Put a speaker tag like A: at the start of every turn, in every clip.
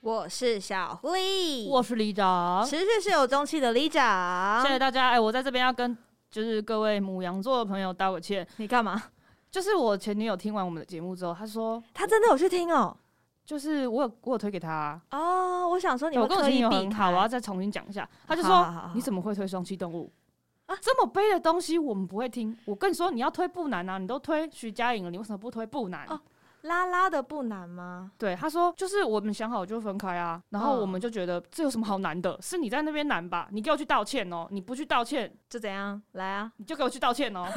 A: 我是小狐狸，
B: 我是里长，
A: 持续是有中气的里长
B: 谢。谢大家。哎、我在这边要跟就是各位母羊座的朋友道个歉，
A: 你干嘛？
B: 就是我前女友听完我们的节目之后，她说，
A: 他真的有去听哦、
B: 就是我有我有推给她啊、
A: 哦，我想说你
B: 我
A: 们
B: 跟我
A: 可
B: 前女
A: 以
B: 友
A: 避
B: 很好，
A: 开
B: 我要再重新讲一下。她就说，
A: 好好好好啊
B: 你怎么会推双栖动物？这么悲的东西我们不会听。我跟你说，你要推不难啊，你都推徐佳莹了，你为什么不推不难？
A: 哦拉拉的不难吗？
B: 对，他说就是我们想好就分开啊，然后
A: 嗯
B: 我们就觉得、这有什么好难的？是你在那边难吧？你给我去道歉哦，你不去道歉，
A: 就怎样来啊？
B: 你就给我去道歉哦。
A: 烂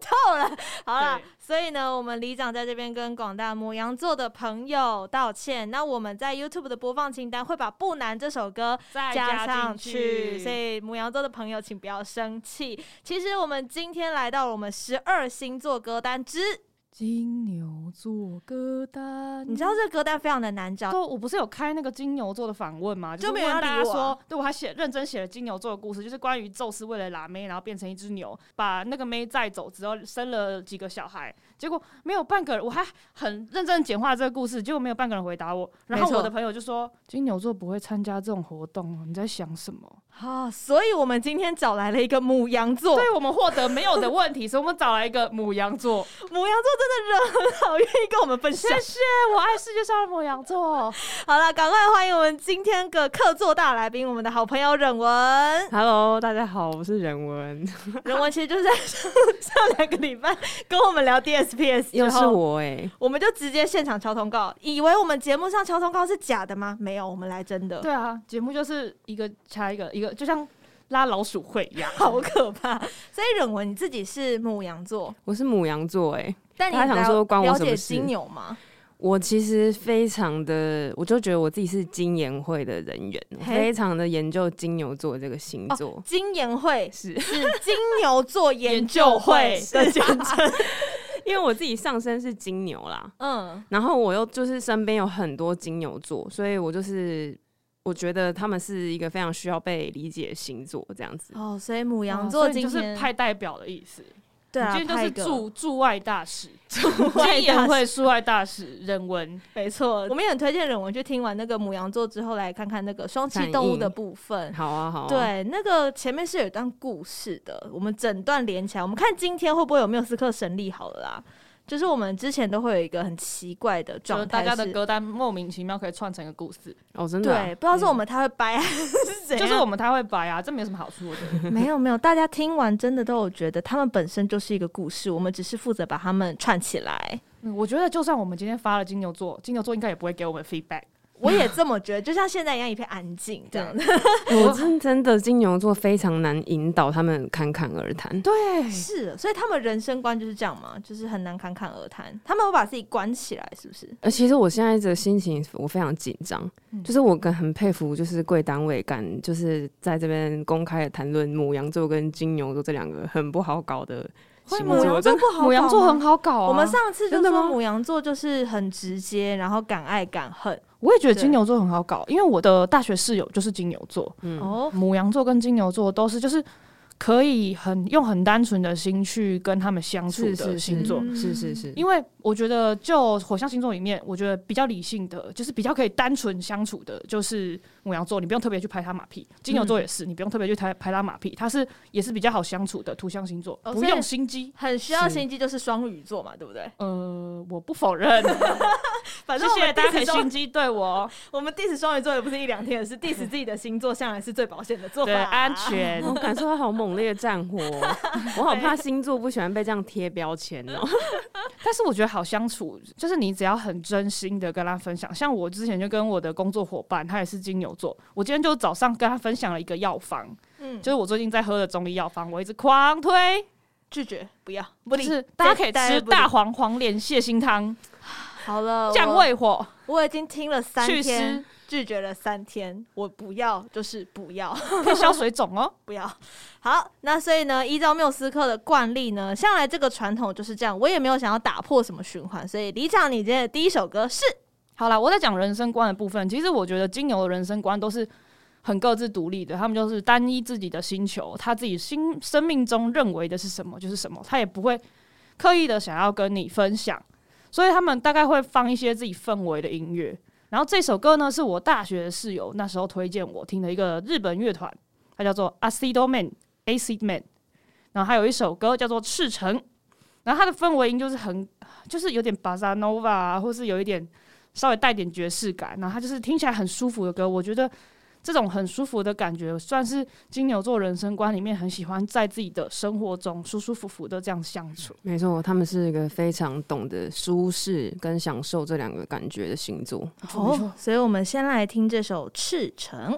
A: 透了。好了
B: 对，
A: 所以呢，我们里长在这边跟广大母羊座的朋友道歉。那我们在 YouTube 的播放清单会把《不难》这首歌
B: 再
A: 加
B: 加
A: 上
B: 进
A: 去，所
B: 去
A: 以母羊座的朋友请不要生气。其实我们今天来到了我们十二星座歌单之，
B: 金牛座歌单，
A: 你知道这个歌单非常的难找。
B: 说我不是有开那个金牛座的访问吗？
A: 就没有
B: 是
A: 人
B: 问大家
A: 理我啊
B: 说，对我还写认真写了金牛座的故事，就是关于宙斯为了拉妹，然后变成一只牛，把那个妹载走之后生了几个小孩，结果没有半个人，我还很认真地简化这个故事，结果没有半个人回答我。然
A: 没
B: 后
A: 错
B: 我的朋友就说，金牛座不会参加这种活动哦，你在想什么？
A: 好、啊所以我们今天找来了一个母羊座，
B: 对我们获得没有的问题，所以我们找来一个母羊座。
A: 母羊座真的人很好，愿意跟我们分
B: 谢
A: 享。
B: 谢，我爱世界上的母羊座。
A: 好了，赶快欢迎我们今天的客座大来宾，我们的好朋友忍文。
C: Hello，大家好，我是人文，
A: 人文其实就是在上上两个礼拜跟我们聊 DSPS，
C: 又
A: 之
C: 是
A: 后，
C: 我哎、
A: 我们就直接现场敲通告，以为我们节目上敲通告是假的吗？没有，我们来真的，
B: 对啊，节目就是一个掐一个，一个就像拉老鼠会一样。
A: 好可怕。所以忍文你自己是母羊座，
C: 我是母羊座哎、
A: 但你
C: 大家想说关我
A: 了
C: 什么
A: 解
C: 事
A: 金牛吗？
C: 我其实非常的，我就觉得我自己是金研会的人员，我
A: 嘿
C: 非常的研究金牛座这个星座。
A: 金研会
C: 是
A: 是金牛座研究会的简称。
C: 因为我自己上身是金牛啦，
A: 嗯，
C: 然后我又就是身边有很多金牛座，所以我就是我觉得他们是一个非常需要被理解的星座这样子。
A: 哦，所以母羊
B: 哦
A: 座
B: 所以你
A: 今
B: 就是
A: 天
B: 派代表的意思，
A: 对啊，
B: 你今天就
A: 派
B: 是
A: 一个
B: 驻驻外大使，
A: 外大
B: 金研会驻外大使人文。
A: 没错，我们也很推荐忍文去听完那个母羊座之后，来看看那个双栖
C: 反
A: 动物
C: 应
A: 的部分。
C: 好啊，好啊，，
A: 对，那个前面是有一段故事的，我们整段连起来，我们看今天会不会有缪斯克神力好了啦。就是我们之前都会有一个很奇怪的啊
B: 就
A: 状
B: 是
A: 态
B: 大
A: 是，
B: 家的歌单莫名其妙可以串成一个故事，
C: 哦，真的啊、
A: 对，不知道是我们他会掰还是怎
B: 就
A: 样，
B: 是 我们他会白啊，这没有什么好处，我觉得。
A: 没有没有，大家听完真的都有觉得他们本身就是一个故事，我们只是负责把他们串起 来。
B: 嗯我觉得就算我们今天发了金牛座，金牛座应该也不会给我们 feedback。
A: 我也这么觉得，就像现在一样一片安静这样子。
C: 欸我真真的金牛座非常难引导他们侃侃而谈。
B: 对，
A: 是，所以他们人生观就是这样嘛，就是很难侃侃而谈，他们会把自己关起来，是不是？
C: 呃，其实我现在的心情我非常紧张，
B: 嗯
C: 就是我跟很佩服，就是贵单位敢就是在这边公开的谈论母羊座跟金牛座这两个很不好搞的
B: 会
C: 星
B: 母羊
C: 座，真的
A: 不好
B: 母羊座
A: 搞吗
B: 很好搞啊。
A: 我们上次就
C: 真的
A: 说
C: 吗
A: 母羊座就是很直接，然后敢爱敢恨。
B: 我也觉得
A: 对
B: 金牛座很好搞，因为我的大学室友就是金牛座，
A: 哦，
B: 母羊座跟金牛座都是就是可以很用很单纯的心去跟他们相处
C: 是
B: 的
C: 是
B: 星
C: 星
B: 座
C: 座
A: 嗯，
C: 是是是，
B: 因为我觉得就火象星座里面，我觉得比较理性的，就是比较可以单纯相处的，就是母羊座，你不用特别去拍他马屁；金牛座也
A: 嗯
B: 是，你不用特别去拍拍他马屁，他是也是比较好相处的土象星座，
A: 哦
B: 不
A: 所以
B: 用心机。
A: 很需要
C: 是
A: 心机就是双鱼座嘛，对不对？
B: 呃，我不 否认，
A: 反
B: 谢
A: 正我
B: 谢
A: 们
B: 大家
A: diss
B: 很
A: 双
B: 心，机对我，哦
A: 我们 diss 双鱼座也不是一两天的事，diss 自己的星座向来是最保险的做法，
B: 对安。全。
C: 我感受到好猛烈的战火 哦，我好怕星座不喜欢被这样贴标签 哦。
B: 但是我觉得好相处，就是你只要很真心的跟他分享。像我之前就跟我的工作伙伴，他也是金牛座，我今天就早上跟他分享了一个药方，
A: 嗯，
B: 就是我最近在喝的中医药方，我一直狂推，
A: 拒绝，不要，不
B: 就
A: 理。
B: 是大家可以吃
A: 不理
B: 大黄黄连泻心汤
A: 好了，
B: 降
A: 我。
B: 胃火，
A: 我已经听了三
B: 祛
A: 天
B: 湿，
A: 拒绝了三天，我不要，就是不要。
B: 可以消水肿哦。
A: 不要。 好，那所以呢，依照缪斯克的惯例呢，向来这个传统就是这样，我也没有想要打破什么循环，所以李长，你今天的第一首歌是
B: 好啦，我在讲人生观的部分，其实我觉得金牛的人生观都是很各自独立的，他们就是单一自己的星球，他自己心生命中认为的是什么就是什么，他也不会刻意的想要跟你分享，所以他们大概会放一些自己氛围的音乐。然后这首歌呢，是我大学的室友那时候推荐我听的一个日本乐团，它叫做 Acido Man Acid Man，然后还有一首歌叫做《赤诚》，然后它的氛围音就是很，就是有点 bossa nova，啊或是有一点稍微带点爵士感，然后它就是听起来很舒服的歌，我觉得。这种很舒服的感觉，算是金牛座人生观里面很喜欢在自己的生活中舒舒服服的这样相处。
C: 没错，他们是一个非常懂得舒适跟享受这两个感觉的星 座。
A: 哦，所以我们先来听这首《赤诚》。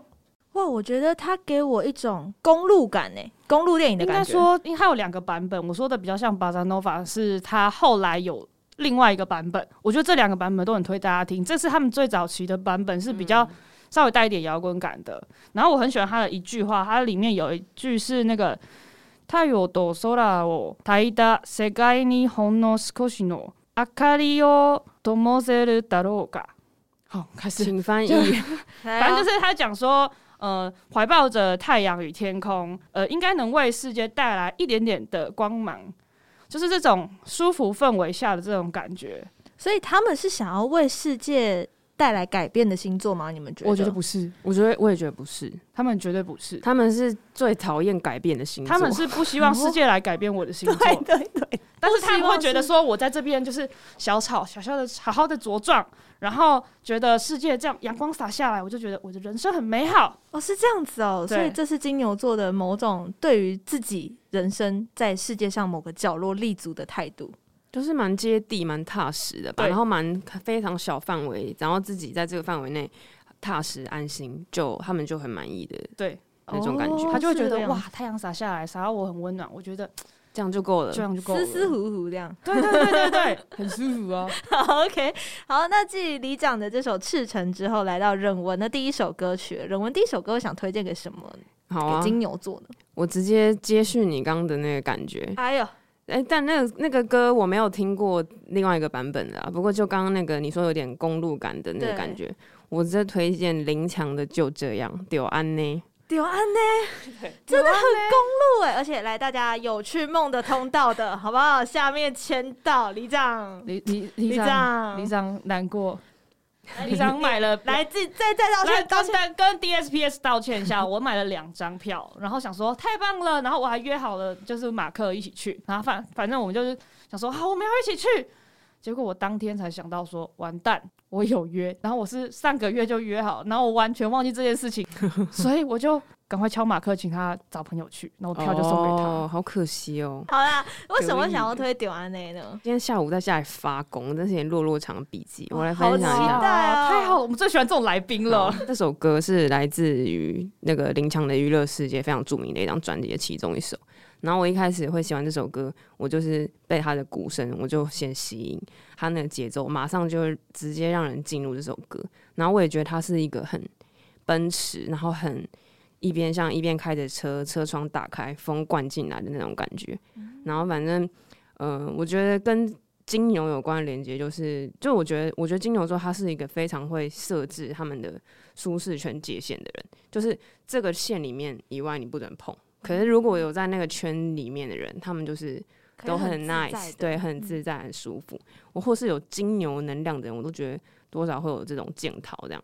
A: 哇，我觉得它给我一种公路感呢，公路电影的
B: 应
A: 感
B: 该
A: 觉。
B: 说，因为它有两个版本，我说的比较像《巴扎诺法》，是它后来有另外一个版本。我觉得这两个版本都很推大家听，这是他们最早期的版本，是比较
A: 嗯
B: 稍微带一点摇滚感的。然后我很喜欢他的一句话，它里面有一句是那个。太陽と空を焚いた世界にほんの少しの明かりを灯せるだろうか。好，开始。
C: 请翻译，
A: 反
B: 反正就是他讲说，呃，怀抱着太阳与天空，呃，应该能为世界带来一点点的光芒，就是这种舒服氛围下的这种感觉。
A: 所以他们是想要为世界带来改变的星座吗？你们觉得？
B: 我觉得不是，
C: 我觉得我也觉得不是，
B: 他们绝对不是，
C: 他们是最讨厌改变的星座。
B: 他们是不希望世界来改变我的 星
A: 对
B: 座，
A: 对对，
B: 但是他们会觉得说，我在这边就是小吵小小的，好好的茁壮，然后觉得世界这样阳光洒下来，我就觉得我的人生很美好。
A: 哦，是这样子哦，
B: 对
A: 所以这是金牛座的某种对于自己人生在世界上某个角落立足的态度。
C: 就是蛮接地、蛮踏实的吧，
B: 对
C: 然后蛮非常小范围，然后自己在这个范围内踏实安心，就他们就很满意的，
B: 对
C: 那种感觉
A: 哦
B: 他就会觉
A: 是这
B: 得
A: 样
B: 哇，太阳洒下来，洒到我很温暖，我觉得
C: 这样就够了
B: 这。样就够了。
A: 丝丝糊糊这 样。
B: 对对对对对，很舒服啊。
A: 好，OK，好，那继李讲的这首《赤诚》之后，来到忍文的第一首歌曲。忍文第一首歌，我想推荐给什么？
C: 好
A: 给
C: 啊，
A: 金牛座的。
C: 我直接接续你刚刚的那个感觉。
B: 啊
A: 哎呦，
C: 哎、但那个那个歌我没有听过另外一个版本的啊。不过就刚刚那个你说有点公路感的那个
A: 对
C: 感觉，我直接推荐林强的《就这样》丢安呢。
A: 丢安呢， 真的很公路哎，而且来大家有去梦的通道的好不好？下面签到，李长，
B: 李李
A: 李
B: 李长，李
A: 长，
B: 长难过，李长买了
A: 来自再再道
B: 来
A: 歉，道
B: 跟
A: 歉。
B: 跟跟 DSPS 道歉一下，我买了两张票，然后想说太棒了，然后我还约好了就是马克一起去，然后反反正我们就是想说好，我们要一起去。结果我当天才想到说，完蛋，我有约，然后我是上个月就约好，然后我完全忘记这件事情，所以我就赶快敲马克，请他找朋友去，然后票就送给他。
C: 哦，好可惜哦。
A: 好啦，为什么想要推丢安呢呢？
C: 今天下午在家里发功，这是点落落场笔记，我来分
A: 好
C: 享一
A: 期
C: 下。
A: 待哦
B: 太好了，我们最喜欢这种来宾了
C: 好。这首歌是来自于那个林强的《娱乐世界》非常著名的一张专辑的其中一首。然后我一开始会喜欢这首歌，我就是被他的鼓声，我就先吸引他那个节奏，马上就直接让人进入这首歌。然后我也觉得他是一个很奔驰，然后很一边像一边开着车，车窗打开，风灌进来的那种感觉。然后反正，嗯、我觉得跟金牛有关的连接，就是就我觉得，我觉得金牛座他是一个非常会设置他们的舒适圈界限的人，就是这个线里面以外你不能碰。可是如果有在那个圈里面的人，他们就是都很 nice，对，很自在，很舒服。我或是有金牛能量的人，我都觉得多少会有这种检讨这样。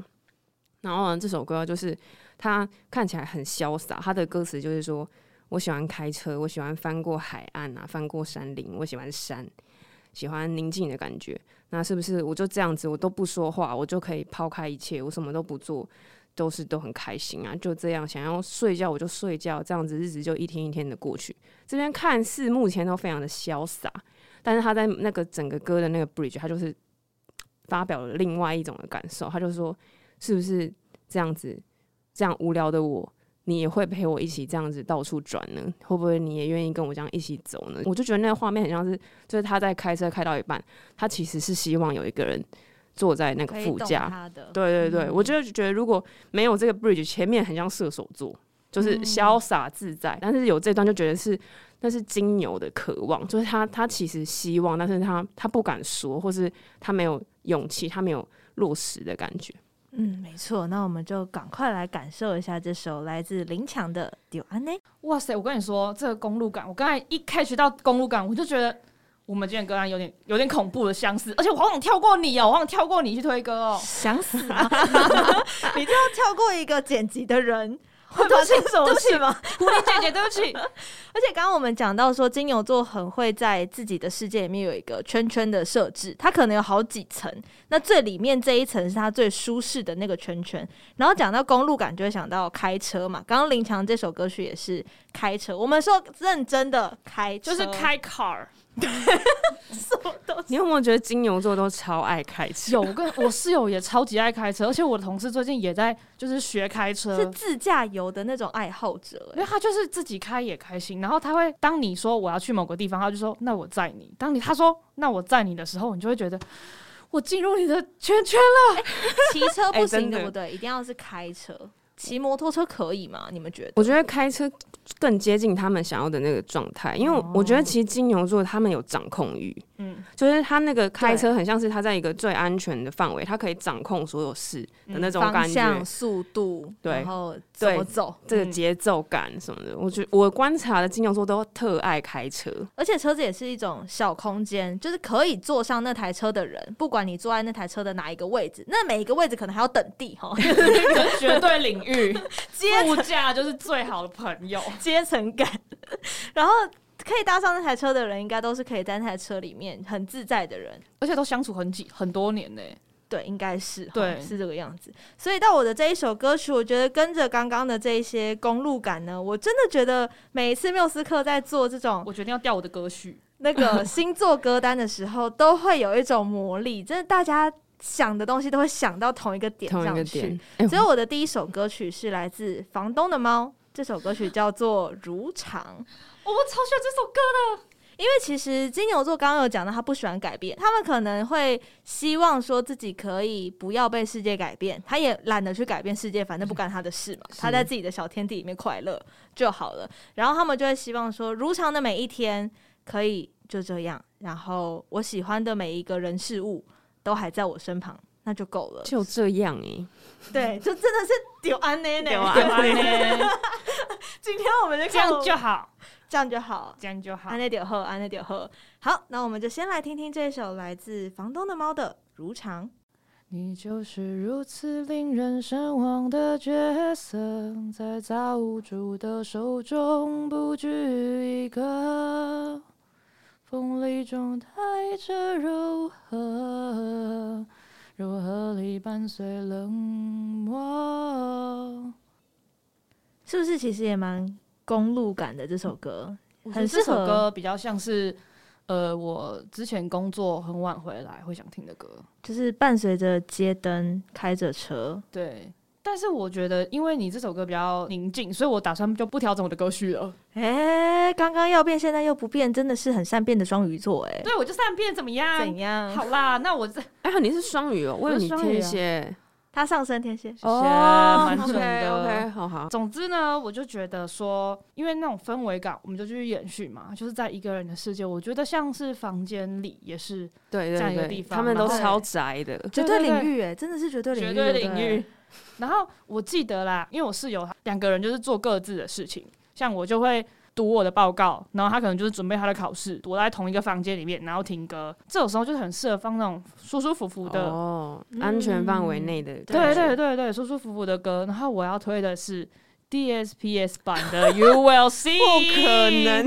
C: 然后呢，这首歌就是它看起来很潇洒，它的歌词就是说我喜欢开车，我喜欢翻过海岸啊，翻过山林，我喜欢山，喜欢宁静的感觉。那是不是我就这样子，我都不说话，我就可以抛开一切，我什么都不做，都是都很开心啊，就这样，想要睡觉我就睡觉，这样子日子就一天一天的过去。这边看似目前都非常的潇洒，但是他在那个整个歌的那个 bridge，他就是发表了另外一种的感受，他就说是不是这样子，这样无聊的我。你也会陪我一起这样子到处转呢？会不会你也愿意跟我这样一起走呢？我就觉得那个画面很像是，就是他在开车开到一半，他其实是希望有一个人坐在那个
A: 可以
C: 副
A: 懂啊
C: 驾，
A: 他的。嗯
C: 对对对，我就觉得如果没有这个 bridge，前面很像射手座，就是
A: 嗯
C: 潇洒自在，但是有这段就觉得是那是金牛的渴望，就是他他其实希望，但是他他不敢说，或是他没有勇气，他没有落实的感觉。
A: 嗯，没错。那我们就赶快来感受一下这首来自林强的 《丢安呢》。
B: 哇塞！我跟你说，这个公路感，我刚才一 catch 到公路感，我就觉得我们今天的歌单有点有点恐怖的相似，而且我好想跳过你哦，我好想跳过你去推歌哦，
A: 想死吗？你这样跳过一个剪辑的 人，会
B: 对
A: 发
B: 不起
A: 生什
B: 对
A: 么
B: 不起
A: 事吗？
B: 狐狸姐姐，对不起，
A: 而且刚刚我们讲到说，金牛座很会在自己的世界里面有一个圈圈的设置，它可能有好几层，那最里面这一层是它最舒适的那个圈圈。然后讲到公路感，就会想到开车嘛。刚刚林强这首歌曲也是开车，我们说认真的开车，
B: 就是开 car。
C: 你有没有觉得金牛座都超爱开车？
B: 有，我跟我室友也超级爱开车，而且我的同事最近也在就是学开车，
A: 是自驾游的那种爱好者、欸
B: 因为他就是自己开也开心，然后他会当你说我要去某个地方，他就说那我载你。当你他说那我载你的时候，你就会觉得我进入你的圈圈了。
A: 骑车不
C: 哎
A: 行，
C: 真的
A: 对不对？一定要是开车。骑摩托车可以吗？你们觉得？
C: 我觉得开车更接近他们想要的那个状态，因为我
B: 哦
C: 我觉得其实金牛座他们有掌控欲，
B: 嗯，
C: 就是他那个开车很像是他在一个最安全的范围，他可以掌控所有事的那
B: 嗯
C: 种
A: 方
C: 感觉
A: 向、，速度，
C: 对
A: 然后怎么
C: 对
A: 走，
C: 这
B: 嗯
C: 个节奏感什么的。我觉得我观察的金牛座都特爱开车，
A: 而且车子也是一种小空间，就是可以坐上那台车的人，不管你坐在那台车的哪一个位置，那每一个位置可能还要等地 哈，
B: 哲学对领 域，
A: 阶
B: 副驾就是最好的朋友。
A: 阶层感。 然后可以搭上那台车的人，应该都是可以在那台车里面很自在的人。
B: 而且都相处很几很多年呢、
A: 对，应该是哈
B: 对
A: 是这个样子。所以到我的这一首歌曲，我觉得跟着刚刚的这一些公路感呢，我真的觉得每一次缪斯克在做这种
B: 我决定要调我的歌序，
A: 那 个星座歌单的时候，都会有一种魔力，真的大家想的东西都会想到同一个点
C: 同一个
A: 上
C: 点
A: 去。。
C: 哎
A: 所以我的第一首歌曲是来自《房东的猫》，这首歌曲叫做《如常》。
B: 我超喜欢这首歌。
A: 因为其实金牛座刚刚有讲到，他不喜欢改变，他们可能会希望说自己可以不要被世界改变，他也懒得去改变世界，反正不干他的事嘛，他在自己的小天地里面快乐就好了。然后他们就会希望说，如常的每一天可以就这样，然后我喜欢的每一个人事物都还在我身旁，那就够了。
C: 就这样哎、
A: 对，就真的是丢安内内，
B: 欸 对，
A: 今天我们就
B: 这
A: 看
B: 样就好，
A: 这样就好，
B: 这样就好
A: 安。内点喝，安内点喝。好，那我们就先来听听这首来自房东的猫的《如常》。
B: 你就是如此令人神往的角色，在造物主的手中不拘一格。锋利中带着柔和，柔和里伴随冷漠。
A: 是不是其实也蛮公路感的这首歌？
B: 我觉
A: 很
B: 得
A: 适
B: 这首
A: 合
B: 歌比较像是，呃，我之前工作很晚回来会想听的歌。
A: 就是伴随着街灯，开着车。
B: 对，但是我觉得，因为你这首歌比较宁静，所以我打算就不调整我的歌序了。
A: 哎、刚刚要变，现在又不变，真的是很善变的双鱼座哎、
B: 对，我就善变，怎么样
A: 怎？样？
B: 好啦，那我这
C: 哎呀，你是双鱼哦、我以为你
B: 我是双鱼啊
C: 天蝎。
A: 他上升天蝎，
B: 哦蛮准
C: OK
B: 的
C: OK，好 好。
B: 总之呢，我就觉得说，因为那种氛围感，我们就继续延续嘛，就是在一个人的世界，我觉得像是房间里也是
C: 对
B: 这样一
C: 对
B: 个
C: 对
B: 地，
C: 他
B: 方
C: 们都
B: 然后
C: 超宅的。
A: 绝
B: 对
A: 对
B: 对
A: 领域哎、真的是绝对领域，
B: 绝
A: 对
B: 对
A: 不
B: 领域。然后我记得啦，因为我室友两个人就是做各自的事情，像我就会读我的报告，然后他可能就是准备他的考试，躲在同一个房间里面，然后听歌。这种时候就是很适合放那种舒舒服服的嗯
C: 哦，安全范围内的感
B: 对
C: 觉，
B: 对对对，舒舒服服的歌。然后我要推的是 DSPS 版的 You Will See，
C: 不可能。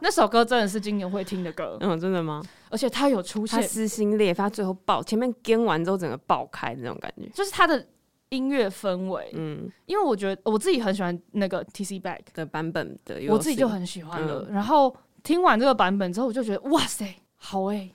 B: 那首歌真的是今年会听的歌，
C: 嗯，真的吗？
B: 而且它有出
C: 他
B: 现，
C: 撕心裂肺，最后爆，前面跟完之后整个爆开那种感觉。
B: 就是它的音乐氛围。
C: 嗯，
B: 因为我觉得我自己很喜欢那个 TC Back，
C: 的版本的，
B: 我自己就很喜欢了。
C: 嗯
B: 然后听完这个版本之后，我就觉得哇塞，好哎、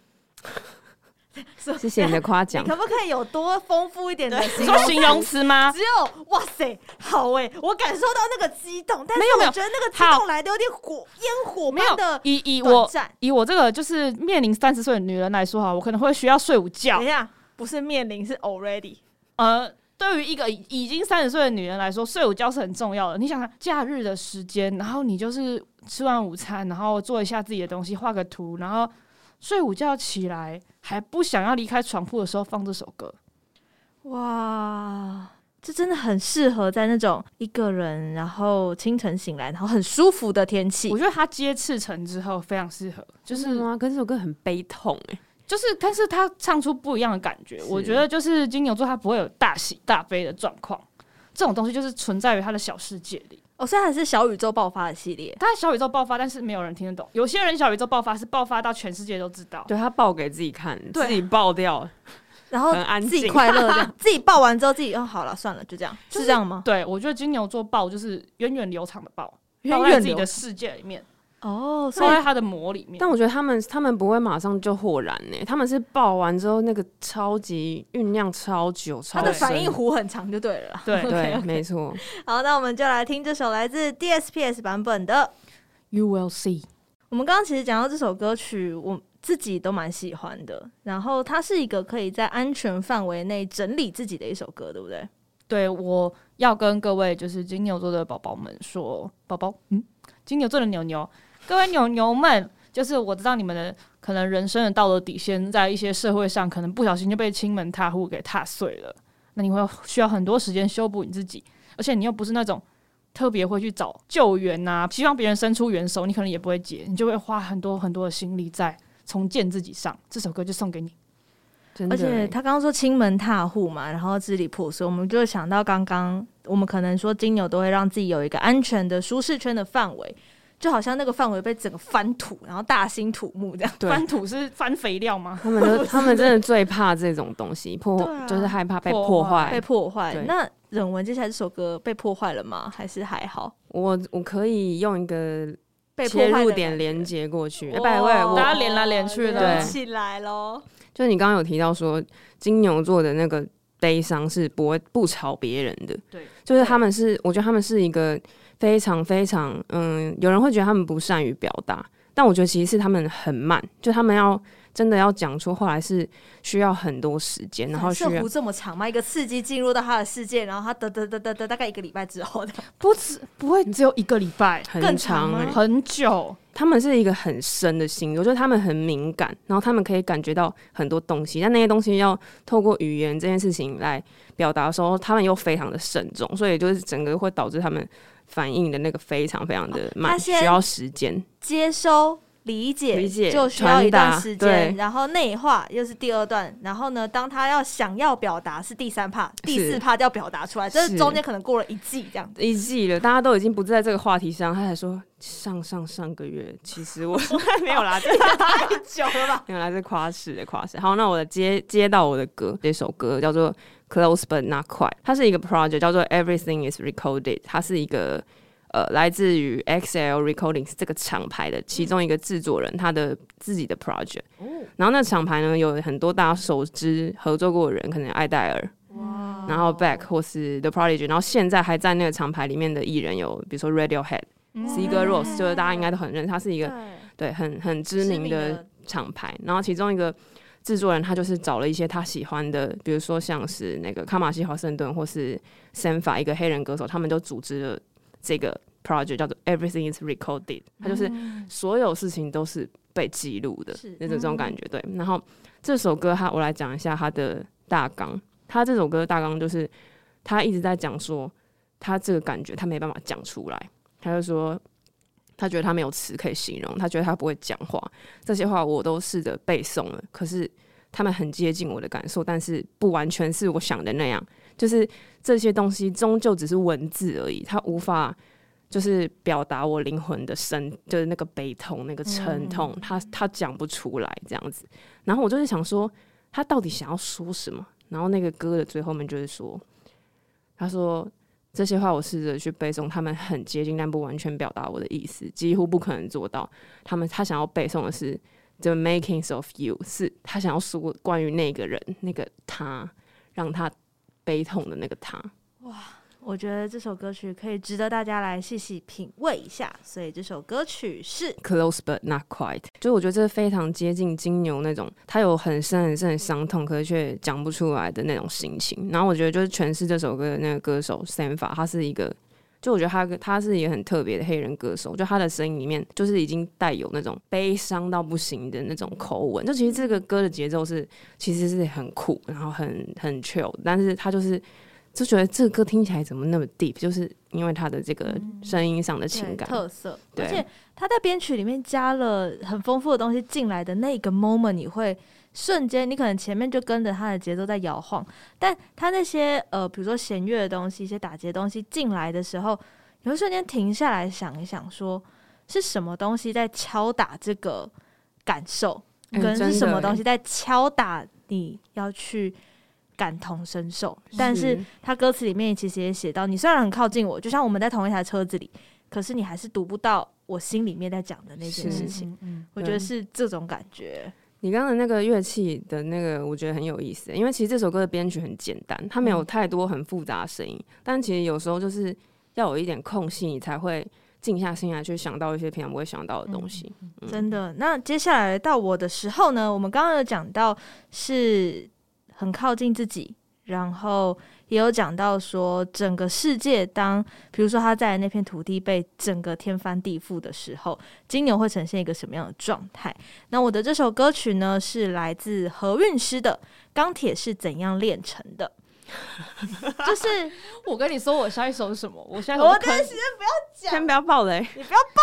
C: 谢谢你的夸奖
A: 你。可不可以有多丰富一点的
B: 你
A: 形
B: 说
A: 容
B: 形容词 吗？
A: 只有哇塞，好哎、我感受到那个激动，但是
B: 没有没有
A: 我觉得那个激
B: 好
A: 动来的有点火烟火
B: 没
A: 般
B: 有
A: 的，
B: 以以
A: 短
B: 我
A: 暂。
B: 以我这个就是面临三十岁的女人来说啊哈，我可能会需要睡午觉
A: 等一。下，不是面临，是 already。
B: 呃，对于一个已已经三十岁的女人来说，睡午觉是很重要的。你想想，假日的时间，然后你就是吃完午餐，然后做一下自己的东西，画个图，然后睡午觉起来还不想要离开床铺的时候放这首歌，
A: 哇，这就真的很适合在那种一个人，然后清晨醒来，然后很舒服的天气
B: 我。觉得他接赤诚之后非常适合，就
C: 就是
B: 是
C: 吗？可是这首歌很悲痛哎、
B: 就是，但是他唱出不一样的感觉。我觉得就是金牛座，他不会有大喜大悲的状况，这种东西就是存在于他的小世界里。
A: 哦，虽然还是小宇宙爆发的系列，
B: 他的小宇宙爆发，但是没有人听得懂。有些人小宇宙爆发是爆发到全世界都知道，
C: 对他爆给自己看，
B: 对
C: 自己爆掉，
A: 然后
C: 很安静
A: 自己快乐这 样，自己爆完之后自己哦好了算了就这样，
B: 就是
A: 是这样吗？
B: 对我觉得金牛座爆就是源远流长的爆，
A: 源
B: 爆
A: 远
B: 在自己
A: 流
B: 的世界里面，
A: 哦，所
B: 爆
A: 以
B: 在他的魔里面。
C: 但我觉得他们他们不会马上就豁然呢、他们是爆完之后那个超级酝酿超久，超
A: 他的
C: 深
A: 反应弧很长就对了啦。
B: 对
C: 对，没错。
A: 好，那我们就来听这首来自 DSPS 版本的
B: ，You will see。
A: 我们刚刚其实讲到这首歌曲，我自己都蛮喜欢的。然后它是一个可以在安全范围内整理自己的一首歌，对不对？
B: 对，我要跟各位就是金牛座的宝宝们说，宝宝，嗯，金牛座的牛牛，各位牛牛们，就是我知道你们的可能人生的道德底线，在一些社会上可能不小心就被亲门踏户给踏碎了，那你会需要很多时间修补你自己，而且你又不是那种。特别会去找救援呐、希望别人伸出援手，你可能也不会接，你就会花很多很多的心力在重建自己上。这首歌就送给你，
C: 真的
A: 而且他刚刚说亲门踏户嘛，然后支离破碎，我们就想到刚刚我们可能说金牛都会让自己有一个安全的舒适圈的范围，就好像那个范围被整个翻土，然后大兴土木这样。
C: 对
B: 翻土是翻肥料吗？
C: 他 们都他们真的最怕这种东西破，
A: 对啊
C: 就是害怕被
B: 破
C: 破
B: 坏
A: 被
C: 坏。
A: 破坏
C: 对。
A: 那忍文接下来这首歌被破坏了吗？还是还好？
C: 我我可以用一个
A: 被破
C: 切
A: 坏的
C: 入
A: 感
C: 点
A: 觉
C: 连接过去，哎
A: 哇
C: 不对，我
B: 大家连来连去的
A: 连起来喽。
C: 就你刚刚有提到说，金牛座的那个悲伤是不会不吵别人的，
B: 对，
C: 就是他们是，我觉得他们是一个非常非常，嗯，有人会觉得他们不善于表达，但我觉得其实是他们很慢，就他们要真的要讲出话来是需要很多时间，然后需
A: 射
C: 要
A: 弧这么长嘛，一个刺激进入到他的世界，然后他得得得得得，大概一个礼拜之后的，
B: 不止不会只有一个礼拜，
C: 很
A: 更
C: 长
A: 长
C: 欸
A: 吗
B: 很久。
C: 他们是一个很深的心，我觉得他们很敏感，然后他们可以感觉到很多东西，但那些东西要透过语言这件事情来表达的时候，他们又非常的慎重，所以就是整个会导致他们反应的那个非常非常的慢，
A: 啊他
C: 需
A: 先
C: 要时间。
A: 接收、理解、
C: 理解
A: 就需要一
C: 传
A: 段
C: 达
A: 时
C: 对
A: 间，然后内化又是第二段，然后呢，当他要想要表达是第三帕，第四帕就要表达出来，这
C: 是
A: 是中间可能过了一季这 样子。
C: 一季了，大家都已经不在这个话题上，他还说上上上个月，其实我 没有啦，这
A: 太久了吧？
C: 原来是夸饰的夸饰。好，那我接接到我的歌，这首歌叫做《Close But Not Quite》，它是一个 project 叫做《Everything Is Recorded》，它是一个呃来自于 XL Recordings 这个厂牌的其中一个制作人，他的自己的 project。然后那厂牌呢有很多大家熟知合作过的人，可能艾戴尔，
A: 哇
C: 然后 Back 或是 The Prodigy，然后现在还在那个厂牌里面的艺人有，比如说 Radiohead、Sigur
B: 嗯
C: Rós，就是大家应该都很认识，他是一个对很很知名的厂牌，然后其中一个制作人他就是找了一些他喜欢的，比如说像是那个卡玛西华盛顿或是 Sanfa 一个黑人歌手，他们就组织了这个 project 叫做 Everything is Recorded，它就是所有事情都是被记录的
A: 是，
C: 那种这种感觉。对，然后这首歌它我来讲一下它的大纲，它这首歌的大纲就是他一直在讲说他这个感觉他没办法讲出来，他就说。他觉得他没有词可以形容，他觉得他不会讲话，这些话我都试着背诵了，可是他们很接近我的感受，但是不完全是我想的那样。就是这些东西终究只是文字而已，它无法就是表达我灵魂的深，就是那个悲痛、那个沉痛，他他讲不出来这样子。然后我就是想说，他到底想要说什么？然后那个歌的最后面就是说，他说这些话我试着去背诵，他们很接近，但不完全表达我的意思，几乎不可能做到。他们他想要背诵的是 The Makings of You，是他想要说关于那个人、那个他，让他悲痛的那个他。
A: 我觉得这首歌曲可以值得大家来细细品味一下，所以这首歌曲是
C: Close but not quite，就是我觉得这非常接近金牛那种，他有很深很深的伤痛，可是却讲不出来的那种心情。然后我觉得就是诠释这首歌的那个歌手 Sanfa，他是一个，就我觉得他他是一个很特别的黑人歌手，就他的声音里面就是已经带有那种悲伤到不行的那种口吻。就其实这个歌的节奏是其实是很酷，然后很很 chill，但是他就是就觉得这个歌听起来怎么那么 deep，就是因为他的这个
B: 嗯
C: 声音上的情
A: 对
C: 感，
A: 特色，
C: 对
A: 而且他在编曲里面加了很丰富的东西进来的那个 moment，你会瞬间，你可能前面就跟着他的节奏在摇晃，但他那些呃，比如说弦乐的东西、一些打击的东西进来的时候，你会瞬间停下来想一想说是什么东西在敲打这个感受，
C: 哎
A: 跟是什么东？
C: 真的
A: 西在敲打你要去感同身受，但是他歌词里面其实也写到，你虽然很靠近我，就像我们在同一台车子里，可是你还是读不到我心里面在讲的那件
C: 是
A: 事情。
B: 嗯，
A: 我觉得是这种感觉，
C: 你刚刚的那个乐器的那个，我觉得很有意思，因为其实这首歌的编曲很简单，它没有太多很复杂的声音，但其实有时候就是要有一点空隙，你才会静下心来去想到一些平常不会想到的东西。嗯
A: 真的。那接下来到我的时候呢，我们刚刚有讲到是很靠近自己，然后也有讲到说整个世界当，比如说他在那片土地被整个天翻地覆的时候，金牛会呈现一个什么样的状态？那我的这首歌曲呢，是来自何韵诗的《钢铁是怎样炼成的》。 就是
B: 我跟你说，我下一首是什么？我下一首
A: 我
B: 可
A: 真
B: 能
A: 是
C: 先不要爆雷，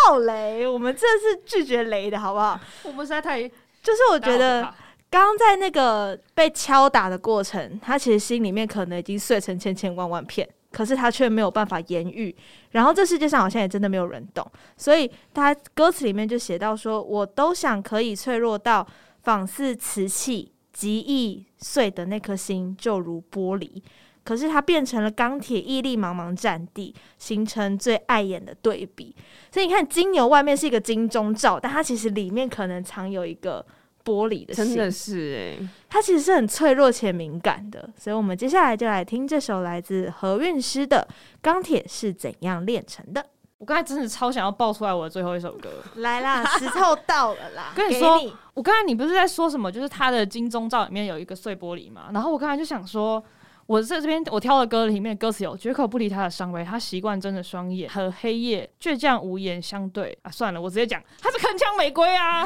A: 爆雷，我们这是拒绝雷的好不好？
B: 我们实在太，
A: 就是我觉得刚刚在那个被敲打的过程，他其实心里面可能已经碎成千千万万片，可是他却没有办法言语。然后这世界上好像也真的没有人懂，所以他歌词里面就写到说：“我都想可以脆弱到仿似瓷器，极易碎的那颗心就如玻璃。”可是它变成了钢铁，屹立茫茫战地，形成最碍眼的对比。所以你看，金牛外面是一个金钟罩，但它其实里面可能藏有一个玻璃的心。
C: 真的是哎、
A: 它其实是很脆弱且敏感的，所以我们接下来就来听这首来自何韵诗的《钢铁是怎样炼成的》。
B: 我刚才真的超想要爆出来我的最后一首歌。
A: 来 啦，时候到了啦！
B: 跟你
A: 给
B: 说，我刚才你不是在说什么？就是他的金钟罩里面有一个碎玻璃嘛，然后我刚才就想说。我在这边我挑的歌里面歌词有“绝口不离他的伤悲，他习惯睁着双眼和黑夜倔强无言相对”啊，算了，我直接讲，他是铿锵玫瑰 啊！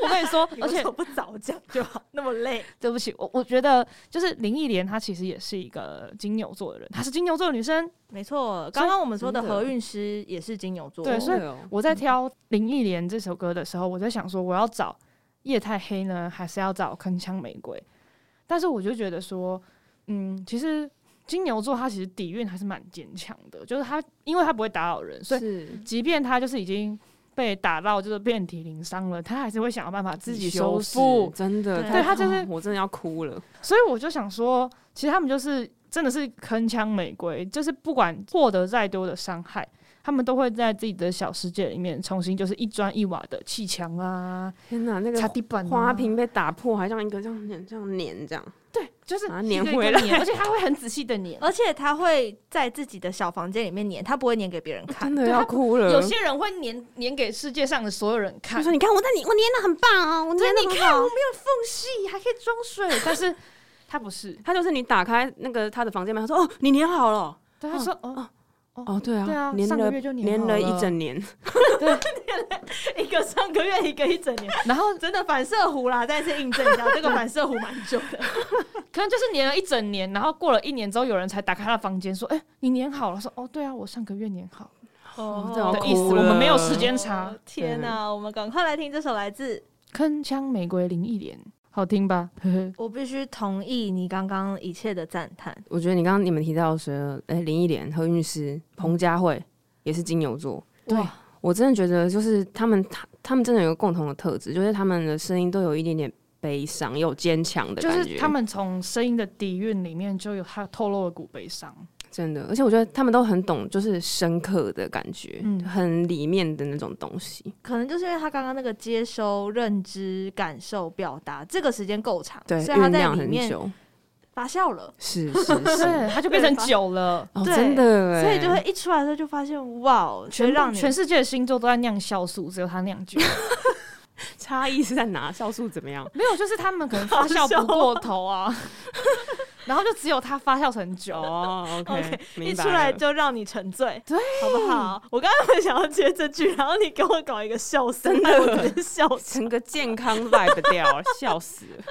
B: 我跟你说，而且
A: 我不早讲就好，那么累。
B: 对不起，我我觉得就是林忆莲，她其实也是一个金牛座的人，她是金牛座的女生。
A: 没错，刚刚我们说的
C: 真的
A: 何韵诗也是金牛座，
B: 对所以
C: 哦
B: 我在挑林忆莲这首歌的时候，我在想说，我要找夜太黑呢，还是要找铿锵玫瑰？但是我就觉得说，嗯，其实金牛座他其实底蕴还是蛮坚强的，就是他因为他不会打扰人，所以
C: 是
B: 即便他就是已经被打到就是遍体鳞伤了，他还是会想要办法自己修复
C: 拾。真的，
A: 对
B: 对他就是
C: 哦我真的要哭了，
B: 所以我就想说，其实他们就是真的是铿锵玫瑰，就是不管获得再多的伤害，他们都会在自己的小世界里面重新就是一砖一瓦的砌墙啊、
C: 天哪，那
B: 擦
C: 个
B: 地板、啊、
C: 花，瓶被打破，还像一个这样这样粘这样，
B: 对，就是
C: 把它
B: 一个
C: 粘
B: 一个
C: 回来
B: 粘而且他会很仔细的粘。
A: 而且他会在自己的小房间里面粘，他不会粘给别人看
C: 真。的
B: 对
C: 要
B: 他
C: 哭了。
B: 有些人会粘粘给世界上的所有人
C: 他
B: 看，
C: 嗯说：“你看我在你我粘的很棒啊，我粘
B: 对，
C: 的
B: 你
C: 很
B: 看我
C: 好
B: 没。有缝隙，还可以装水，但是他不是”，
C: 他就是你打开那个他的房间门，他说：“哦，你粘好了。
B: 对他说哦，
C: 哦，对啊，
B: 对啊，
C: 粘
B: 上个
C: 了
B: 月就
C: 粘
B: 好
C: 了一整年，
A: 一个上个月，一个一整年，
B: 然后
A: 真的反射弧啦！再次印证一下，这个反射弧蛮久的。
B: 可能就是粘了一整年，然后过了一年之后，有人才打开他的房间说：“哎、你粘好了。”说：“哦，对啊，我上个月粘好。
A: 哦
C: 这要
B: 的意思
C: 哭了
B: 我们没有时间查
A: 哦天哪、我们赶快来听这首来自……”
B: 铿锵玫瑰林忆莲，好听吧？呵呵，
A: 我必须同意你刚刚一切的赞叹。
C: 我觉得你刚刚你们提到的谁了？哎、林忆莲、何韵诗、彭佳慧也是金牛座。
B: 对
C: 哇，我真的觉得就是他们，他他们真的有个共同的特质，就是他们的声音都有一点点悲伤，又坚强的
B: 就
C: 感觉。
B: 是他们从声音的底蕴里面就有他透露了股悲伤。
C: 真的，而且我觉得他们都很懂，就是深刻的感觉，
B: 嗯
C: 很里面的那种东西。
A: 可能就是因为他刚刚那个接收、认知、感受、表达这个时间够长，
C: 对，
A: 所以他
C: 酝
A: 在
C: 酿
A: 里
C: 很
A: 面
C: 久，
A: 发酵了，
C: 是是是，
B: 对，他就变成酒了。
C: 哦，
A: 对
C: 真的欸，
A: 所以就会一出来的时候就发现，哇哦，就
B: 全
A: 让
B: 部
A: 你
B: 全世界的星座都在酿酵素，只有他酿酒。
C: 差异是在哪？酵素怎么样？
B: 没有，就是他们可能发酵不过头啊。 然后就只有他发酵成酒。
C: 哦，OK，
A: 一
C: 明白
A: 出来
C: 了
A: 就让你沉醉，对，好不好？我刚刚很想要接这句，然后你给我搞一个笑声，
C: 真的
A: 害我直接 笑死。
C: 整个健康 vibe 掉，笑死了。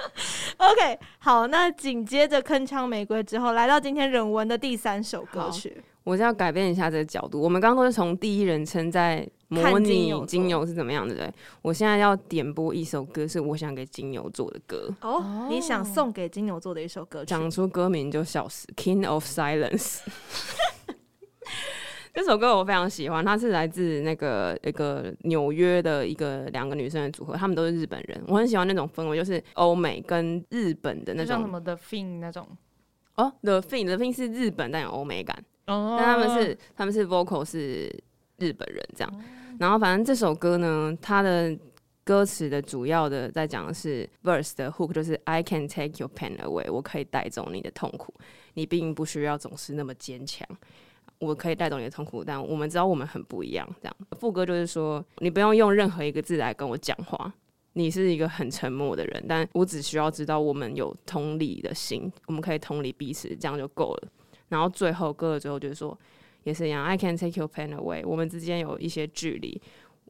A: OK，好，那紧接着《铿锵玫瑰》之后，来到今天人文的第三首歌
C: 好
A: 曲，
C: 我是要改变一下这个角度。我们刚刚都是从第一人称在模
A: 看金牛
C: 拟
A: 座
C: 金牛是怎么样的，对不对？我现在要点播一首歌，是我想给金牛座的歌。
A: 哦，你想送给金牛座的一首歌曲，
C: 讲出歌名就笑死，《King of Silence》这首歌我非常喜欢，它是来自那个一个纽约的一个两个女生的组合，她们都是日本人。我很喜欢那种氛围，就是欧美跟日本的那
B: 就像什
C: 种。
B: 么 The Fin 那种，
C: 哦，The Fin，The Fin 是日本但有欧美感，
B: 哦
C: 但他们是他们是 vocal 是日本人这样。然后反正这首歌呢，它的歌词的主要的在讲的是 verse 的 hook，就是 I can take your pain away，我可以带走你的痛苦，你并不需要总是那么坚强。我可以带走你的痛苦，但我们知道我们很不一样。这样副歌就是说，你不用用任何一个字来跟我讲话，你是一个很沉默的人，但我只需要知道我们有同理的心，我们可以同理彼此，这样就够了。然后最后歌的最后就是说，也是一样，I can take your pain away，我们之间有一些距离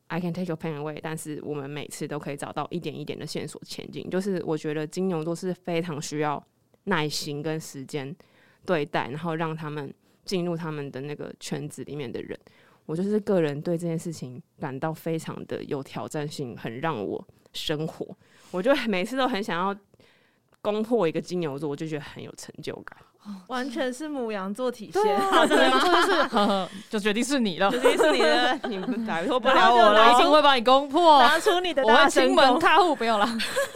C: ，I can take your pain away，但是我们每次都可以找到一点一点的线索前进。就是我觉得金牛座是非常需要耐心跟时间对待，然后让他们进入他们的那个圈子里面的人。我就是个人对这件事情感到非常的有挑战性，很让我生活，我就每次都很想要攻破一个金牛座，我就觉得很有成就感。
A: 完全是母羊座体
B: 对
A: 现。
B: 啊，对啊，这就是 呵呵就决定是你了，
C: 这 是你的，你不打破不了我
A: 然
B: 我
A: 后
B: 一
C: 了。
B: 定会把你攻破，
A: 拿出你的
B: 我
A: 大
B: 会
A: 神
B: 亲门
A: 功，
B: 踏户，不用了。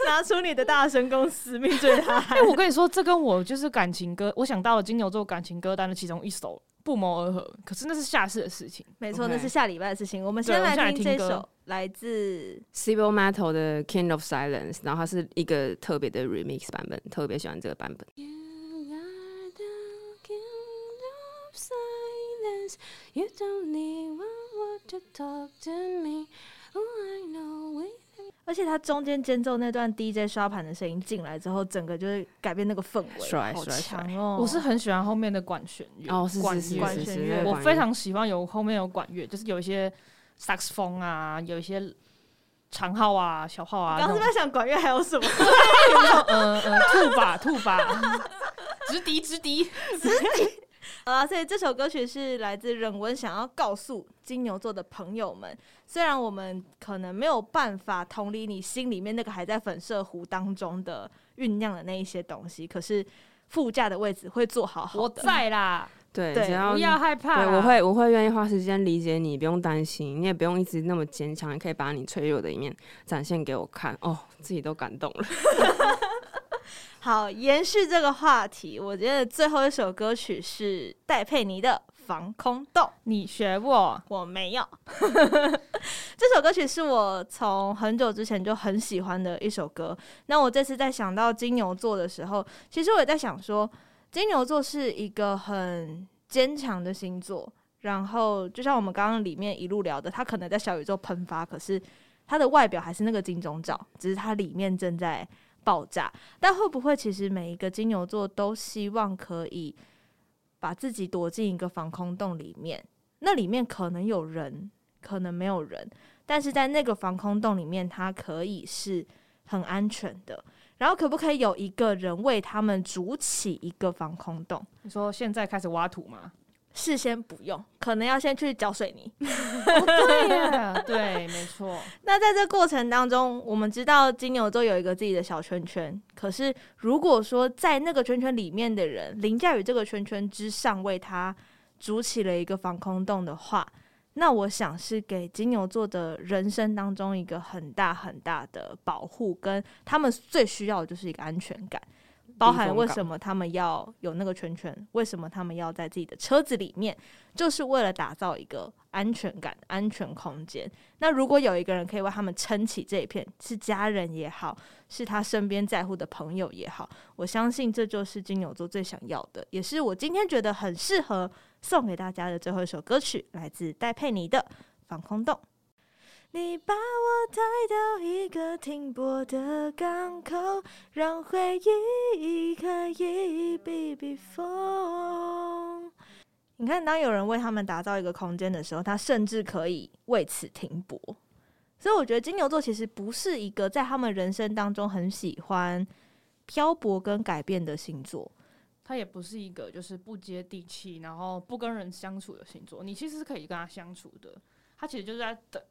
A: 拿出你的大神功，死命追他。
B: 哎，我跟你说，这跟我就是感情歌，我想到了金牛座感情歌单的其中一首，不谋而合。可是那是下世的事情，
A: 没错，
C: OK
A: 那是下礼拜的事情。我们
B: 对
A: 先
B: 我们先
A: 来
B: 来
A: 听
B: 听
A: 这
B: 歌
A: 首来自
C: Civil Metal 的 King of Silence，然后它是一个特别的 remix 版本，特别喜欢这个版本。
D: You are the king of silence. You don't need one word to talk to me. Oh, I know it.
A: 而且它中间间奏那段 DJ 刷盘的声音进来之后，整个就是改变那个氛围，
C: 帅
A: 好
C: 帅帅！
A: 强哦！
B: 我是很喜欢后面的管弦乐
C: 哦，是
B: 管
C: 是
B: 乐
A: 管
C: 是是
A: 弦
C: 是
A: 乐
C: 那个管乐，
B: 我非常喜欢有后面有管乐，就是有一些萨克斯风啊，有一些长号啊、小号啊，
A: 刚刚是
B: 那
A: 不
B: 种
A: 是在想管乐还有什么？
B: 呃呃兔吧兔吧，直笛直笛，
A: 好啦，所以这首歌曲是来自忍文想要告诉金牛座的朋友们，虽然我们可能没有办法同理你心里面那个还在粉色湖当中的酝酿的那一些东西，可是副驾的位置会坐好好
B: 我
A: 的。嗯
B: 在啦，
C: 对，
A: 对
C: 只要
B: 不要害怕
C: 对，
B: 啦，
C: 我会我会愿意花时间理解你，不用担心，你也不用一直那么坚强，你可以把你脆弱的一面展现给我看。哦，自己都感动了。
A: 好，延续这个话题，我觉得最后一首歌曲是戴佩妮的《防空洞》。
B: 你学我，
A: 我没有。 这首歌曲是我从很久之前就很喜欢的一首歌。那我这次在想到金牛座的时候，其实我也在想说，金牛座是一个很坚强的星座。然后，就像我们刚刚里面一路聊的，他可能在小宇宙喷发，可是他的外表还是那个金钟罩，只是他里面正在爆炸。但会不会其实每一个金牛座都希望可以把自己躲进一个防空洞里面？那里面可能有人，可能没有人，但是在那个防空洞里面，它可以是很安全的。然后可不可以有一个人为他们筑起一个防空洞？
B: 你说现在开始挖土吗？
A: 事先不用，可能要先去搅水泥。
B: 哦对耶， 对，没错，
A: 那在这过程当中，我们知道金牛座有一个自己的小圈圈，可是如果说在那个圈圈里面的人凌驾于这个圈圈之上，为他筑起了一个防空洞的话，那我想是给金牛座的人生当中一个很大很大的保护，跟他们最需要的就是一个安全感。包含为什么他们要有那个圈圈，为什么他们要在自己的车子里面，就是为了打造一个安全感、安全空间。那如果有一个人可以为他们撑起这一片，是家人也好，是他身边在乎的朋友也好，我相信这就是金牛座最想要的，也是我今天觉得很适合送给大家的最后一首歌曲，来自戴佩妮的《防空洞》。你把我带到一个停泊的港口，让回忆可以避避风。你看，当有人为他们打造一个空间的时候，他甚至可以为此停泊。所以我觉得金牛座其实不是一个在他们人生当中很喜欢漂泊跟改变的星座。
B: 他也不是一个就是不接地气，然后不跟人相处的星座。你其实是可以跟他相处的，他其实就是在等，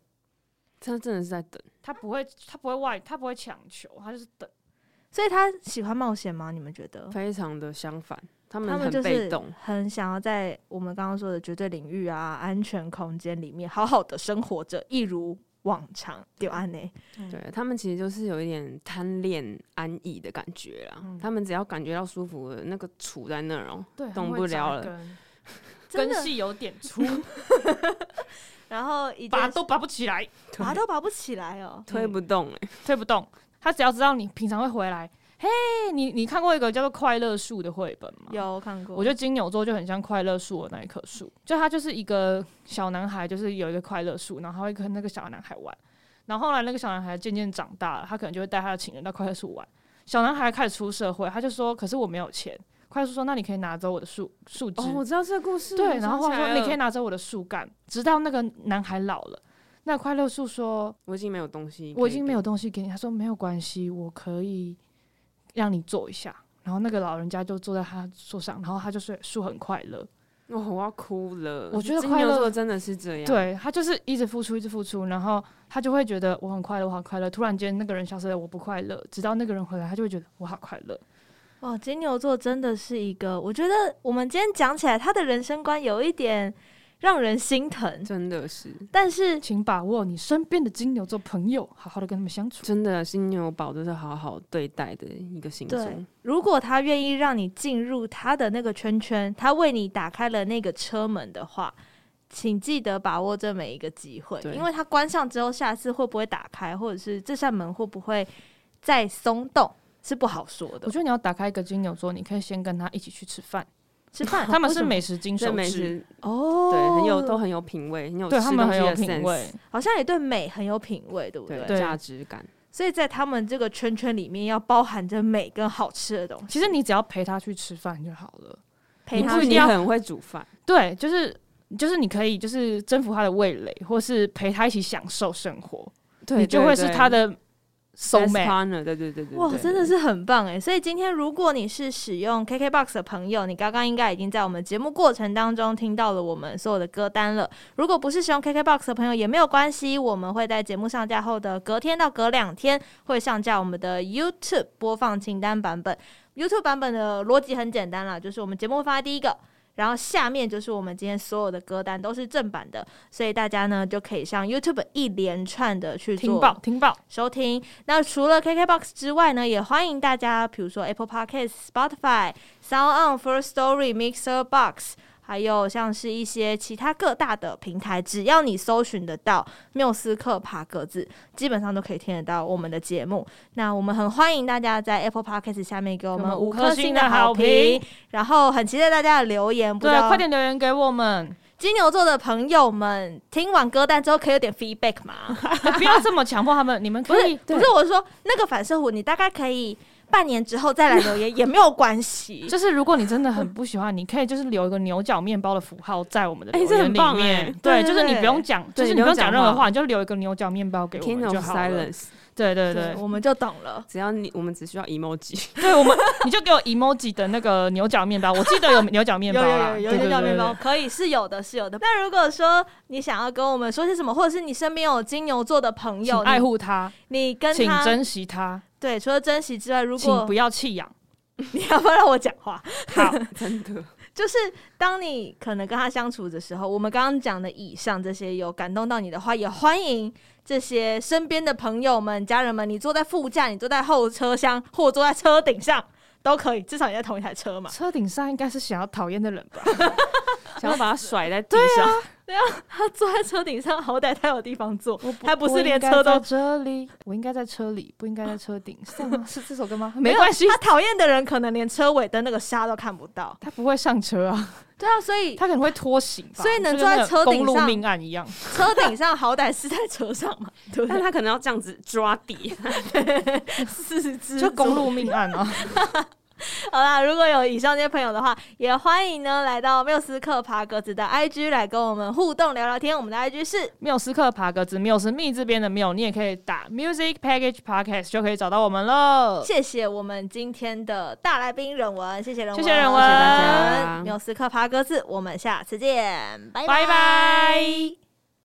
C: 他真的是在等。
B: 他不会，他不会外，他不会强求，他就是等。
A: 所以他喜欢冒险吗？你们觉得？
C: 非常的相反，他
A: 他
C: 们
A: 们就
C: 很被
A: 是
C: 动，
A: 很想要在我们刚刚说的绝对领域啊、安全空间里面好好的生活着，一如往常，对吧？呢，
B: 啊
C: 对他们其实就是有一点贪恋安逸的感觉啦。
B: 嗯
C: 他们只要感觉到舒服了，那个杵在那儿哦、
B: 对，
C: 动
B: 很会
C: 不了
B: 扎
C: 了
B: 根，
A: 真
B: 根
A: 的。
B: 系有点粗，
A: 然后一
B: 拔
A: 件
B: 都拔不起来，
C: 对
A: 拔都拔不起来哦。
C: 推不动哎、
B: 推不动。他只要知道你平常会回来，嘿，你你看过一个叫做《快乐树》的绘本吗？
A: 有看过，
B: 我觉得金牛座就很像快乐树的那一棵树，就他就是一个小男孩，就是有一个快乐树，然后他会跟那个小男孩玩。然后后来那个小男孩渐渐长大了，他可能就会带他的情人到快乐树玩。小男孩开始出社会，他就说：“可是我没有钱。”快乐树说：“那你可以拿走我的树树枝。
C: 哦，我知道这个故事。
B: 对，然后他说：“你可以
C: 以，
B: 拿走我的树干。”直到那个男孩老了，那快乐树说：“
C: 我已经没有东西，
B: 我已经没有。东西给你。”他说：“没有关系，我可以让你坐一下。”然后那个老人家就坐在他桌上，然后他就睡，树很快乐。
C: 哦，我要哭了。
B: 我觉得
C: 金
B: 快
C: 牛
B: 乐
C: 座真的是这样。，
B: 对他就是一直付出，一直付出，然后他就会觉得我很快乐，我很快乐。突然间那个人消失了，我不快乐。直到那个人回来，他就会觉得我好快乐。
A: 哇，金牛座真的是一个，我觉得我们今天讲起来，他的人生观有一点让人心疼，
C: 真的是，
A: 但是
B: 请把握你身边的金牛座朋友，好好的跟他们相处。
C: 真的金牛宝就是好好对待的一个星座。
A: 对，如果他愿意让你进入他的那个圈圈，他为你打开了那个车门的话，请记得把握这每一个机会，
C: 对
A: 因为他关上之后，下次会不会打开，或者是这扇门会不会再松动，是不好说
B: 我
A: 的。
B: 觉得你要打开一个金牛座，你可以先跟他一起去吃饭，
A: 吃
C: 哦
A: 饭，
B: 他们
A: 为
B: 是
A: 什么
B: 美食金
C: 对
B: 手
C: 美
B: 指，
C: 食，
A: 哦，
C: 对，很有都很有品味，很有
B: 对
C: 吃
B: 他们
C: 东
B: 很
C: 西
B: 有
C: 的
B: 品
C: sense，
B: 味。
A: 好像也对美很有品味，对不对？
C: 对
B: 对
C: 价值感。
A: 所以在他们这个圈圈里面，要包含着美跟好吃的东西，
B: 其实你只要陪他去吃饭就好了。
A: 陪
C: 你
A: 他
C: 不一
A: 去
C: 定很会煮饭，
B: 对，就是就是你可以就是征服他的味蕾，或是陪他一起享受生活，
C: 对，
B: 你就会是他
C: 的
B: 的 soul
C: best
B: mate。
C: partner。对对对对，
A: 哇，
C: 对
A: 真的是很棒哎！所以今天如果你是使用 KKBOX 的朋友，你刚刚应该已经在我们节目过程当中听到了我们所有的歌单了。如果不是使用 KKBOX 的朋友也没有关系，我们会在节目上架后的隔天到隔两天会上架我们的 YouTube 播放清单版本。YouTube 版本的逻辑很简单啦，就是我们节目放在第一个。然后下面就是我们今天所有的歌单都是正版的，所以大家呢就可以上 YouTube 一连串的去做
B: 听爆听爆，
A: 收听。那除了 KKBOX 之外呢，也欢迎大家，比如说 Apple Podcast、Spotify、Sound On、First Story、Mixer Box。还有像是一些其他各大的平台，只要你搜寻得到缪斯克爬格子，基本上都可以听得到我们的节目。那我们很欢迎大家在 Apple Podcast 下面给我
B: 给
A: 们
B: 我们
A: 五
B: 五
A: 颗
B: 颗
A: 星
B: 星
A: 的
B: 的
A: 好
B: 好
A: 评
B: 评，
A: 然后很期待大家的留言。不知
B: 对，
A: 道
B: 快点留言给我们，
A: 金牛座的朋友们听完歌单之后，可以有点 feedback 吗？
B: 不要这么强迫他们，你们
A: 不
B: 可
A: 是
B: 以
A: 不是，我说那个反射弧，你大概可以半年之后再来留言也没有关系。
B: 就是如果你真的很不喜欢，你可以就是留一个牛角面包的符号在我们的
C: 哎
B: 留
C: 这
B: 言
C: 很
B: 里
C: 棒
B: 面。
C: 哎
A: 对对
B: 对，就是
A: 对
B: 你不用讲，就
C: 对
B: 是你
C: 你不
B: 不用
C: 用
B: 讲
C: 讲
B: 任何
C: 话
B: 话，你就留一个牛角面包给我
C: King
B: 们
C: of
B: 就好了。
C: Silence，
B: 对对对，
A: 我们就懂了。
C: 只要你我们只需要 emoji，
B: 对我们你就给我 emoji 的那个牛角面包，我记得有牛角面包
A: 有有
B: 啦，
A: 有有
B: 对
A: 有
B: 对
A: 叫
B: 对
A: 面
B: 对
A: 包，可以是有的，是有的。那如果说你想要跟我们说些什么，或者是你身边有金牛座的朋
B: 请
A: 友，
B: 爱护他，
A: 你你跟
B: 请
A: 他
B: 珍惜他，
A: 对，除了珍惜之外，如
B: 请
A: 果
B: 不要弃养。
A: 你要不要让我讲话？
B: 好，
C: 真的
A: 就是当你可能跟他相处的时候，我们刚刚讲的以上这些有感动到你的话，也欢迎这些身边的朋友们、家人们，你坐在副驾，你坐在后车厢，或坐在车顶上都可以，至少你在同一台车嘛。
B: 车顶上应该是想要讨厌的人吧？
C: 想要把它甩在地上，
A: 对没有，他坐在车顶上，好歹他有地方坐。
B: 我不
A: 还不是
B: 我
A: 连
B: 应该
A: 车
B: 在
A: 都
B: 这里，我应该在车里，不应该在车顶。是 吗？是这首歌吗？啊
A: 没
B: 关系
A: 有，他讨厌的人可能连车尾的那个沙都看不到。
B: 他不会上车啊，
A: 对啊，所以
B: 他可能会拖行吧。
A: 所以能
B: 就
A: 坐在
B: 跟那个
A: 车顶
B: 公路
A: 上
B: 命案一样，
A: 车顶上好歹是在车上嘛，对不
C: 啊但
A: 对？
C: 他可能要这样子抓底，
A: 四肢
B: 就公路命案啊。
A: 好啦，如果有以上这些朋友的话，也欢迎呢来到缪斯克爬格子的 IG 来跟我们互动聊聊天。我们的 IG 是
B: 缪斯克爬格子，缪是密这边的缪，你也可以打 Music Package Podcast 就可以找到我们了。
A: 谢谢我们今天的大来宾忍文，谢谢忍文，
B: 谢谢忍文
A: 谢谢
C: 大家
A: 缪斯克爬格子，我们下次见，拜
B: 拜拜